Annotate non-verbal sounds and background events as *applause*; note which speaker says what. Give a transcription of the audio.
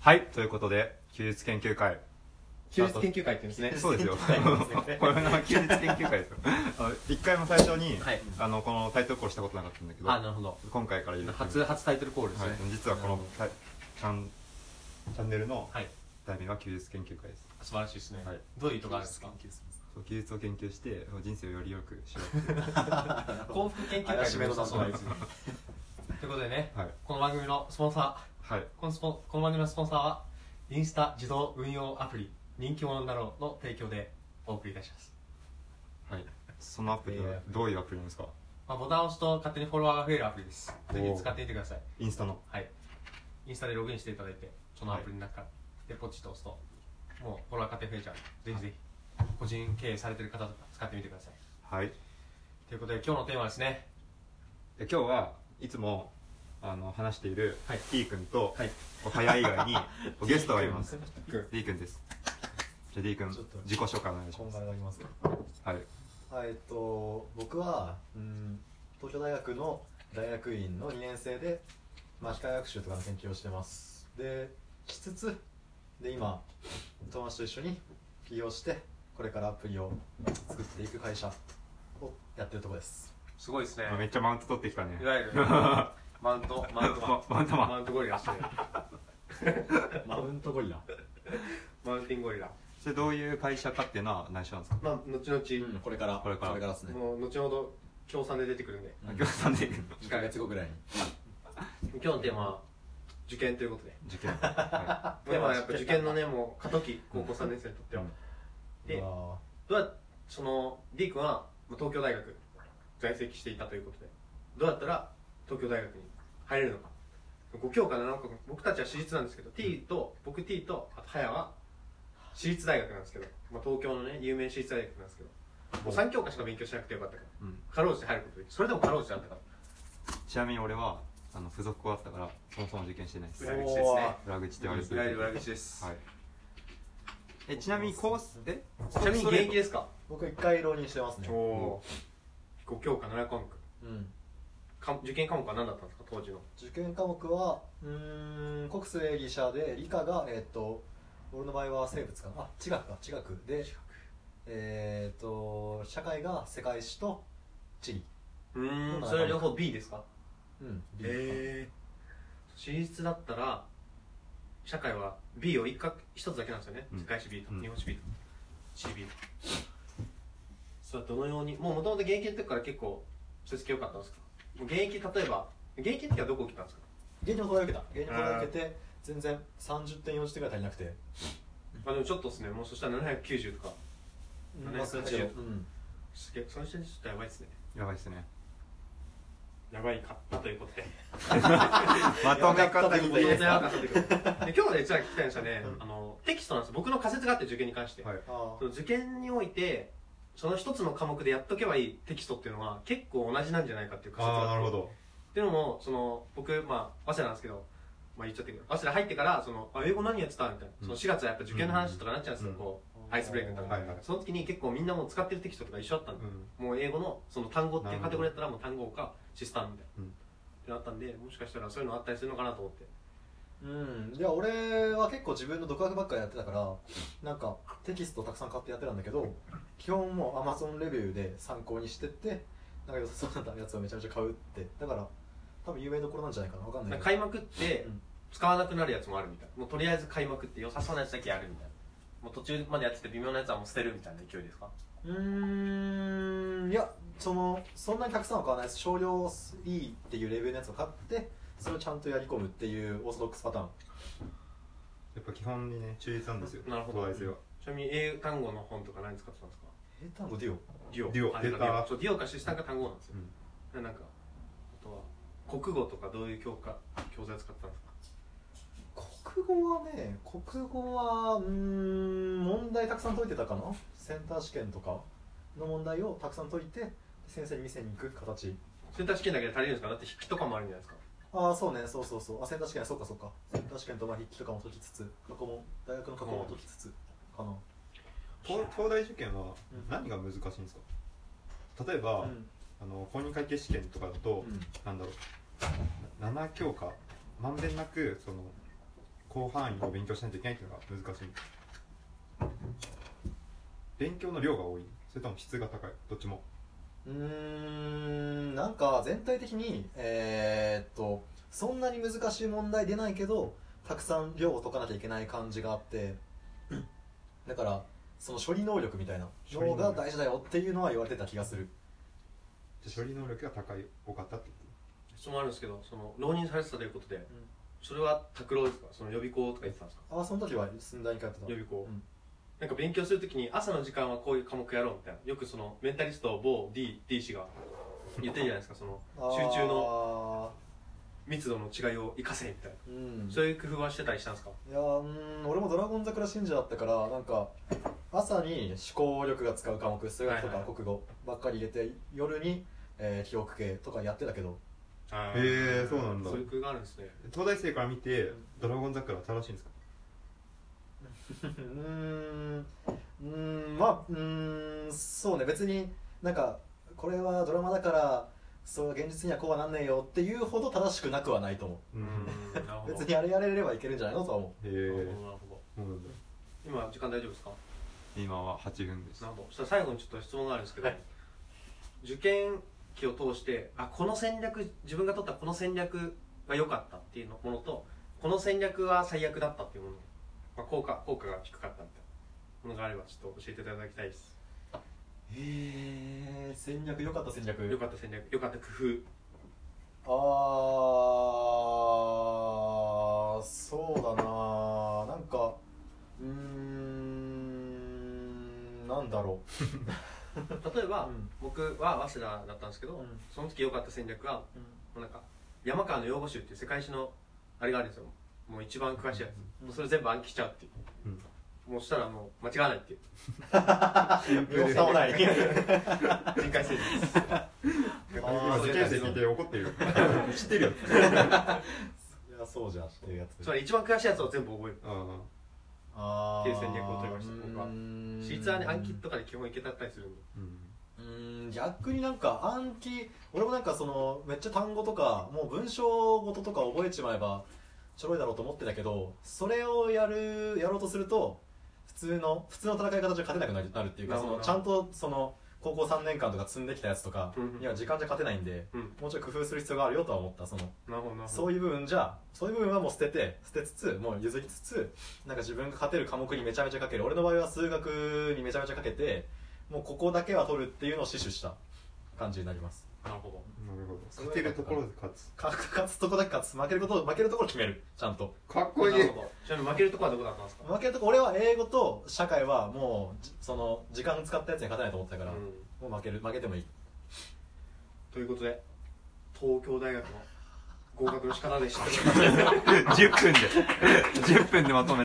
Speaker 1: はいということで休日研究会
Speaker 2: 休日研究会って言うんですね
Speaker 1: そうで
Speaker 2: *laughs*
Speaker 1: すよ
Speaker 3: 休日研究会ですね
Speaker 1: これの休日研究会ですよあの一回も最初に、
Speaker 3: はい
Speaker 1: あのこのタイトルコールしたことなかったんだけど
Speaker 3: あなるほど
Speaker 1: 今回から言う
Speaker 3: 初初タイトルコールです
Speaker 1: はい
Speaker 3: ね、
Speaker 1: 実はこのタイチャンチャンネルの
Speaker 3: はい
Speaker 1: 題名は休日研究会です
Speaker 3: 素晴らしいですね、
Speaker 1: はい
Speaker 3: どういう意図があるんですか
Speaker 1: そう休日を研究して人生をより良くしよ
Speaker 3: *laughs*
Speaker 1: うっていう
Speaker 3: 幸福研究会
Speaker 2: 怪しめの誘い
Speaker 3: そうですねということでね
Speaker 1: はい
Speaker 3: この番組のスポンサ
Speaker 1: はい
Speaker 3: ーこのスポこの番組のスポンサーはインスタ自動運用アプリ人気者になろうの提供でお送りいたします、
Speaker 1: はいそのアプリ
Speaker 3: いやい
Speaker 1: は
Speaker 3: や
Speaker 1: どういうアプリなんですか
Speaker 3: まあ、ボタンを押すと勝手にフォロワーが増えるアプリですぜ
Speaker 1: お
Speaker 3: ひ
Speaker 1: ー
Speaker 3: 使ってみてください
Speaker 1: インスタの
Speaker 3: はいインスタでログインしていただいてそのアプリの中から、でポチッと押すともうフォロワー勝手に増えちゃうぜひぜひ個人経営されてる方とか使ってみてください
Speaker 1: はい
Speaker 3: ということで今日のテーマはですね
Speaker 1: で今日はいつもあの話している
Speaker 3: はい
Speaker 1: D 君と
Speaker 3: はい
Speaker 1: おはや以
Speaker 3: *laughs*
Speaker 1: 外にゲストがいます
Speaker 2: 君
Speaker 1: D 君ですじゃあ D 君
Speaker 4: ちょっと
Speaker 1: 自己紹介お願いし
Speaker 4: こ
Speaker 1: ま
Speaker 4: ん
Speaker 1: す
Speaker 4: がらがります
Speaker 1: はい
Speaker 4: はいえっと僕はうん東京大学の大学院の2年生で、まあ、機械学習とかの研究をしてますでしつつで今友達と一緒に起業してこれからアプリを作っていく会社をやってるところです
Speaker 3: すごいですね
Speaker 1: まあめっちゃマウント取ってきたね
Speaker 3: いわゆるマウントマウントマン
Speaker 1: まマウントマン
Speaker 3: マウントゴリラですね
Speaker 4: *laughs* マウントゴリラ、
Speaker 3: マウンティンゴリラ
Speaker 1: *laughs* それどういう会社かっていうのは内緒なんですか
Speaker 3: まあ後々、
Speaker 4: これから
Speaker 1: これから
Speaker 4: です
Speaker 3: もう後ほど協賛で出てくるんで
Speaker 1: あ業者さんで行くの
Speaker 4: 2ヶ月後ぐらいに
Speaker 3: 今日のテーマは受験ということで
Speaker 1: 受
Speaker 3: *laughs*
Speaker 1: 験は
Speaker 3: テーマはやっぱ受験のねもう過渡期高校3年生にとっては、で
Speaker 4: うわ
Speaker 3: どうやその D 君はまあ東京大学在籍していたということでどうやったら東京大学に入れるのか5教科7科僕たちは私立なんですけど、T と僕 T とあと早は私立大学なんですけど、まあ、東京のね有名私立大学なんですけどもう3教科しか勉強しなくてよかったから
Speaker 1: ーうん
Speaker 3: かろうじて入ることできそれでもかろうじてだったから
Speaker 1: ちなみに俺はあの付属校だったからそもそも受験してないです
Speaker 3: 裏口ですね
Speaker 1: 裏口って言われて
Speaker 3: いわゆ
Speaker 1: る
Speaker 3: る裏口です、
Speaker 1: はいえちなみにコースえ
Speaker 3: ちなみに現役ですか
Speaker 4: ー僕1回浪人してますね
Speaker 3: お5教科7科目
Speaker 4: うん
Speaker 3: か受験科目は何だったんですか当時の
Speaker 4: 受験科目はうーん国数英理社で理科がえっ、と俺の場合は生物かなあ地学か地学でえっ、と社会が世界史と地理
Speaker 3: うー
Speaker 4: ん
Speaker 3: それは両方 B ですか
Speaker 4: うん理科
Speaker 3: ええ私立だったら社会は B を一か一つだけなんですよね、
Speaker 1: うん
Speaker 3: 世界史 B と
Speaker 1: うん
Speaker 3: 日本史 B と CB とそれはどのようにもうもともと現役の時から結構成績良かったんですかもう現役例えば現役の時はどこ来たんですか
Speaker 4: 芸人の東大受けた芸人の東大受けて全然30点40点ぐらい足りなくて
Speaker 3: あでもちょっとですねもうそしたら790とか
Speaker 4: うん
Speaker 3: ね
Speaker 4: まあそれでもうん
Speaker 3: すげえその人にちょっとやばいですね
Speaker 1: やばいっすね
Speaker 3: やばいかったということで
Speaker 1: まとめ方
Speaker 4: やばかった
Speaker 1: に
Speaker 4: み
Speaker 1: は
Speaker 4: た
Speaker 1: い
Speaker 4: いです
Speaker 3: やばかったということ *laughs* でで今日ね実は聞きたいんですよね、
Speaker 4: うん
Speaker 3: あのテキストなんです僕の仮説があって受験に関して、
Speaker 4: あ
Speaker 3: その受験においてその一つの科目でやっとけばいいテキストっていうのは結構同じなんじゃないかっていう仮説
Speaker 1: ああ
Speaker 3: が
Speaker 1: なるほ
Speaker 3: あって
Speaker 1: ど
Speaker 3: っていうのもその僕まあ早稲田なんですけどまあ言っちゃってるけど早稲田入ってからそのあ英語何やってたみたいな、
Speaker 1: うん
Speaker 3: その4月はやっぱ受験の話とかなっちゃうんですよ、
Speaker 1: うん
Speaker 3: こうアイスブレイクのために、
Speaker 1: はいはい
Speaker 3: その時に結構みんなもう使ってるテキストとか一緒だったんで、
Speaker 1: うん
Speaker 3: もう英語のその単語っていうカテゴリーだったらもう単語かシスタンみたい
Speaker 1: う
Speaker 3: な、
Speaker 1: ん
Speaker 3: ってなったんでもしかしたらそういうのあったりするのかなと思って
Speaker 4: うんいや俺は結構自分の独学ばっかりやってたからなんかテキストたくさん買ってやってたんだけど基本もうアマゾンレビューで参考にしてってなんか良さそうなやつをめちゃめちゃ買うってだから多分有名どころなんじゃないかなわかんな
Speaker 3: なん
Speaker 4: い
Speaker 3: か
Speaker 4: け
Speaker 3: 買いまくって
Speaker 4: うん
Speaker 3: 使わなくなるやつもあるみたいなもうとりあえず買いまくって良さそうなやつだけやるみたいなもう途中までやってて微妙なやつはもう捨てるみたいな勢いですか
Speaker 4: どうーんいやそのそんなにたくさんは買わないです少量いいっていうレビューのやつを買ってそれをちゃんとやり込むっていうオーソドックスパターン
Speaker 1: やっぱ基本にね中立なんですよ
Speaker 3: なるほど
Speaker 1: 東大生は
Speaker 3: ちなみに英単語の本とか何使ってたんですか
Speaker 4: 英単語デュオ
Speaker 3: デュオ
Speaker 1: デュオ
Speaker 3: あなんか
Speaker 1: 出た
Speaker 3: デュそうデュオか出産か単語なんですよ
Speaker 1: うん
Speaker 3: でなんかあとは国語とかどういう教科教材使ってたんですか
Speaker 4: 国語はね国語はうーん問題たくさん解いてたかなセンター試験とかの問題をたくさん解いて先生に見せに行く形
Speaker 3: センター試験だけで足りるんですかだって筆記とかもあるんじゃないですか
Speaker 4: ああそうねそうそうそうあセンター試験そうかそうかセンター試験とまあ筆記とかも解きつつ過去も大学の過去も解きつつかな
Speaker 1: 東東大受験は
Speaker 4: うん
Speaker 1: 何が難しいんですか例えば、
Speaker 4: うん
Speaker 1: あの公認会計試験とかだと、
Speaker 4: うん
Speaker 1: なんだろうな7教科まんべんなくその広範囲を勉強しないといけないっていうのが難しい勉強の量が多いそれとも質が高いどっちも
Speaker 4: うーんなんか全体的にえーっとそんなに難しい問題出ないけどたくさん量を解かなきゃいけない感じがあってだからその処理能力みたいな
Speaker 1: 処理
Speaker 4: の
Speaker 1: 能力
Speaker 4: が大事だよっていうのは言われてた気がする
Speaker 1: じゃあ処理能力が高い多かったってこと
Speaker 3: 質問あるんですけどその浪人されてたということで、それは拓郎ですかその予備校とか言ってたんですか
Speaker 4: ああその時は寸大に通ってた
Speaker 3: 予備校、
Speaker 4: うん
Speaker 3: なんか勉強するときに朝の時間はこういう科目やろうみたいなよくそのメンタリスト某 D, D 氏が言ってるじゃないですかその集中の
Speaker 4: の
Speaker 3: 密度の違いを生かせみたいな、
Speaker 4: うん
Speaker 3: そういう工夫はしてたりしたんですか
Speaker 4: いやーうーん俺も「ドラゴン桜信者」だったからなんか朝に思考力が使う科目数学と
Speaker 3: はい
Speaker 4: か
Speaker 3: はい
Speaker 4: 国語ばっかり入れて夜に、えー記憶系とかやってたけど
Speaker 1: ーへーそうなんだ
Speaker 3: そういう工夫があるんですね
Speaker 1: 東大生から見て「ドラゴン桜」は正しいんですか
Speaker 4: うーんうーんまあうーんそうね別になんかこれはドラマだからそう現実にはこうはなんねえよっていうほど正しくなくはないと思
Speaker 1: うん
Speaker 3: うんなる
Speaker 4: う
Speaker 3: ほど
Speaker 4: 別にあれやれればいけるんじゃないのとは思う
Speaker 1: へえ
Speaker 3: なるほど
Speaker 1: ー、
Speaker 3: なるほど
Speaker 1: そうなんだ
Speaker 3: 今時間大丈夫ですか
Speaker 1: 今は8分です
Speaker 3: なるほどそしたら最後にちょっと質問があるんですけど、
Speaker 4: はい
Speaker 3: 受験期を通してあこの戦略自分が取ったこの戦略が良かったっていうのものとこの戦略は最悪だったっていうもの、まあ、効果効果が低かったみたいなものがあればちょっと教えていただきたいです
Speaker 4: へえ戦略良かった戦略
Speaker 3: 良かった戦略良かった工
Speaker 4: あーそうだななんかうーんなんだろ
Speaker 3: 夫例えば、
Speaker 4: うん
Speaker 3: 僕は早稲田だったんですけど、
Speaker 4: うん
Speaker 3: その時良かった戦略は
Speaker 4: う、
Speaker 3: もうなんか山川の用語集っていう世界史のあれがあるんですよもう一番詳しいやつ、もうそれ全部暗記しちゃうっていう
Speaker 1: うん
Speaker 3: もうしたらもう間違わない
Speaker 4: *laughs*
Speaker 3: っていう
Speaker 1: *laughs*
Speaker 4: 秒差もない
Speaker 3: 人海戦術
Speaker 1: あ
Speaker 4: あ
Speaker 1: あ
Speaker 4: ー
Speaker 1: 受験生聞いて怒ってる
Speaker 4: *laughs*
Speaker 1: よ知ってるよ
Speaker 4: いやそうじゃんっていうやつ
Speaker 3: つまり一番詳しいやつを全部覚える
Speaker 1: *laughs* あ
Speaker 4: あ
Speaker 3: っていう戦略を取りました僕は私立はね暗記とかで基本いけたったりするんで
Speaker 1: あうん
Speaker 4: うーん逆になんか暗記俺もなんかそのめっちゃ単語とかもう文章ごととか覚えちまえばちょろいだろうと思ってたけどそれをやるやろうとすると普通の普通の戦い方じゃ勝てなくなるなるっていうか
Speaker 3: なる
Speaker 4: そ
Speaker 3: ほど
Speaker 4: のちゃんとその高校3年間とか積んできたやつとか
Speaker 3: うんうん
Speaker 4: には時間じゃ勝てないんで
Speaker 3: うん
Speaker 4: もうちょい工夫する必要があるよとは思ったその
Speaker 3: なるほどなるほ
Speaker 4: そういう部分じゃそういう部分はもう捨てて捨てつつもう譲りつつなんか自分が勝てる科目にめちゃめちゃかける俺の場合は数学にめちゃめちゃかけてもうここだけは取るっていうのを死守した感じになります
Speaker 3: どなるほ
Speaker 1: なるほど勝てるところで勝つ
Speaker 4: か *laughs* 勝つとこだけ勝つ負けること負けるところ決めるちゃんと
Speaker 1: かっ
Speaker 3: どなるほどちなみに負けるとこはどこだったんですか
Speaker 4: 負けるとこ俺は英語と社会はもうじその時間使ったやつに勝てないと思ってたから、
Speaker 3: うん
Speaker 4: もう負ける負けてもいい
Speaker 3: ということで東京大学の合格の仕方でした
Speaker 1: 10分で10分でまとめ